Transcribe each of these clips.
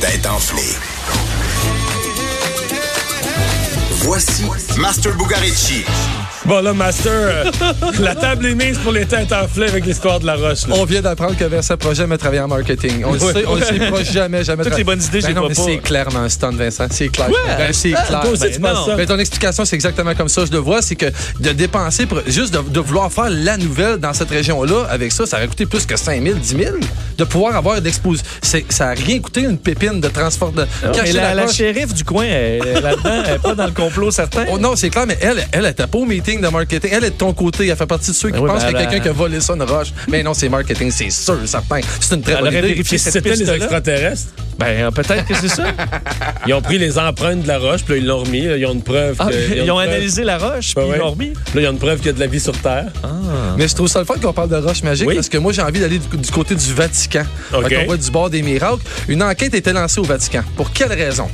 tête enflée. Voici Master Bugarici. Bon, là, Master, euh, la table est mise pour les têtes enflées avec l'histoire de la roche. là. On vient d'apprendre que Versa Projet me travailler en marketing. On le Ouais. sait, on le sait pas jamais, jamais. Toutes les bonnes idées, je les ben non, vois mais pas. Ah, c'est clairement un stunt, Vincent. C'est clair. Ben, c'est clair. Toi aussi, Ben tu penses non. ça? Ben, ton explication, c'est exactement comme ça. Je le vois, c'est que de dépenser, pour- juste de, de vouloir faire la nouvelle dans cette région-là, avec ça, ça aurait coûté plus que 5 000, 10 000. De pouvoir avoir d'exposition. Ça n'a rien coûté une pépine de transport de Mais cacher la, la, la roche. shérif du coin, elle, elle, là-dedans, elle est pas dans le complot certain. Oh, non, c'est clair, mais elle, elle, elle était pas au meeting de marketing. Elle est de ton côté. Elle fait partie de ceux qui oui, pensent ben, qu'il y a ben, quelqu'un qui a volé ça, une roche. Mais non, c'est marketing, c'est sûr, certain. C'est une très Elle bonne aurait idée. vérifié Si cette c'était les piste-là. extraterrestres, Ben, euh, peut-être que c'est ça. ils ont pris les empreintes de la roche, puis là, ils l'ont remis. là, ils ont une preuve. Ah, que- ils une ont preuve- analysé la roche, Ben puis ouais. ils l'ont remis. Ah, Là, ils ont une preuve qu'il y a de la vie sur Terre. Mais je trouve ça le fun qu'on parle de roche magique Oui. parce que moi, j'ai envie d'aller du, du côté du Vatican. OK. on voit du bord des miracles. Une enquête était lancée au Vatican. Pour quelle raison?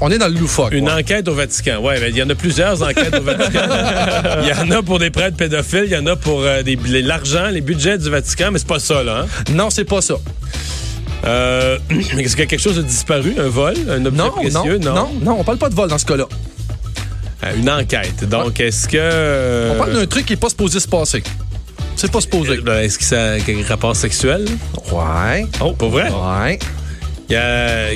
On est dans le loufoque. Une ouais. enquête au Vatican. Oui, il y en a plusieurs enquêtes au Vatican. Il y en a pour des prêtres pédophiles, il y en a pour euh, des- les- l'argent, les budgets du Vatican, mais c'est pas ça, là. hein. Non, c'est pas ça. Euh, Est-ce que quelque chose a disparu? Un vol? Un objet Non, précieux? non, non, non, on parle pas de vol dans ce cas-là. Euh, Une enquête. Donc, est-ce que. euh, On parle d'un truc qui n'est pas supposé se passer. C'est pas supposé. ben, Est-ce que ça a un rapport sexuel? Ouais, Oh, pour vrai? ouais. Il y a.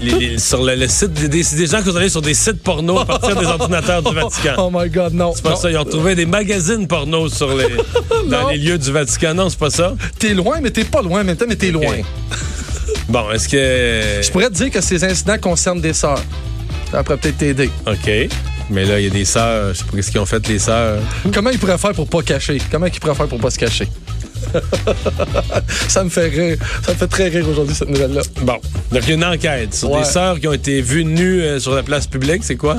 les- les- sur le, le site. Des, des- des gens qui ont allé sur des sites porno à partir des ordinateurs du Vatican. Oh my God, non. C'est pas non. ça. Ils ont trouvé des magazines porno sur les, dans Non. les lieux du Vatican. Non, c'est pas ça. T'es loin, mais t'es pas loin en même temps, mais t'es loin. Bon, est-ce que. Je pourrais te dire que ces incidents concernent des sœurs. Ça pourrait peut-être t'aider. OK. Mais là, il y a des sœurs. Je sais pas ce qu'ils ont fait, les sœurs. Comment ils pourraient faire pour pas cacher? Comment ils pourraient faire pour pas se cacher? ça me fait rire. Ça me fait très rire aujourd'hui, cette nouvelle-là. Bon. Donc, il y a une enquête sur Ouais. des sœurs qui ont été vues nues euh, sur la place publique. C'est quoi?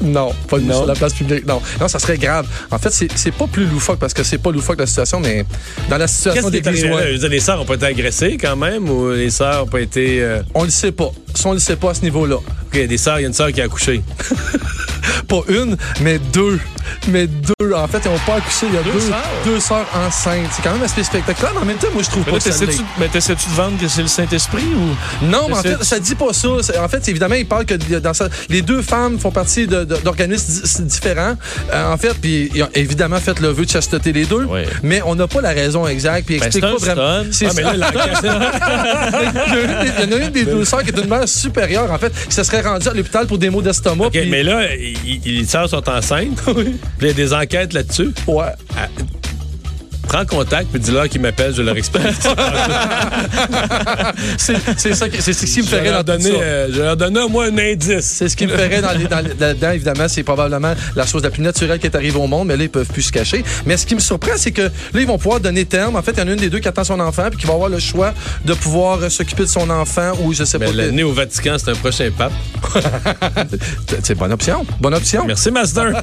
Non, pas Non. sur la place publique. Non, non ça serait grave. En fait, c'est c'est pas plus loufoque parce que c'est pas loufoque la situation, mais dans la Qu'est-ce qui situation des est arrivé? là? Je besoins, veux dire, les sœurs ont pas été agressées quand même ou les sœurs ont pas été. euh, on le sait pas. Si on le sait pas à ce niveau-là. OK, des sœurs, il y a une sœur qui a accouché. Pas une, mais deux. Mais deux. En fait, ils ont pas accouché. Il y a deux, sœurs? deux sœurs enceintes. C'est quand même assez spectaculaire, mais en même temps, moi, je trouve Mais pas là, que ça l'est. t'essaies-tu mais t'essaies-tu de vendre que c'est le Saint-Esprit ou. Non, mais en C'est- fait, ça dit pas ça. C'est- En fait, évidemment, il parle que dans ça, les deux femmes font partie de- de- d'organismes di- différents. Euh, en fait, puis ils ont évidemment fait le vœu de chasteté les deux, Ouais. mais on n'a pas la raison exacte. Puis Ben, explique c'est un pas vraiment. stun. C'est Ah, mais là, l'enquête. il, y a une, des- il y en a une des deux sœurs qui est une mère supérieure, en fait, qui se serait rendue à l'hôpital pour des maux d'estomac. OK, puis- mais là, i- i- les sœurs sont enceintes. Puis il y a des enquêtes là-dessus. Ah, Ouais. Prends contact, puis dis-leur qu'ils m'appellent, je leur explique. C'est c'est ça qui, c'est ce qui me je, ferait leur dans tout donner, ça. euh, je leur donner au moins un indice. C'est ce qui me ferait dans les, dans les- là-dedans, évidemment, c'est probablement la chose la plus naturelle qui est arrivée au monde, mais là, ils peuvent plus se cacher. Mais ce qui me surprend, c'est que là, ils vont pouvoir donner terme. En fait, il y en a une des deux qui attend son enfant, puis qui va avoir le choix de pouvoir euh, s'occuper de son enfant ou je sais Mais pas. l'année au Vatican, c'est un prochain pape. C'est bonne option. Bonne option. Merci, Master.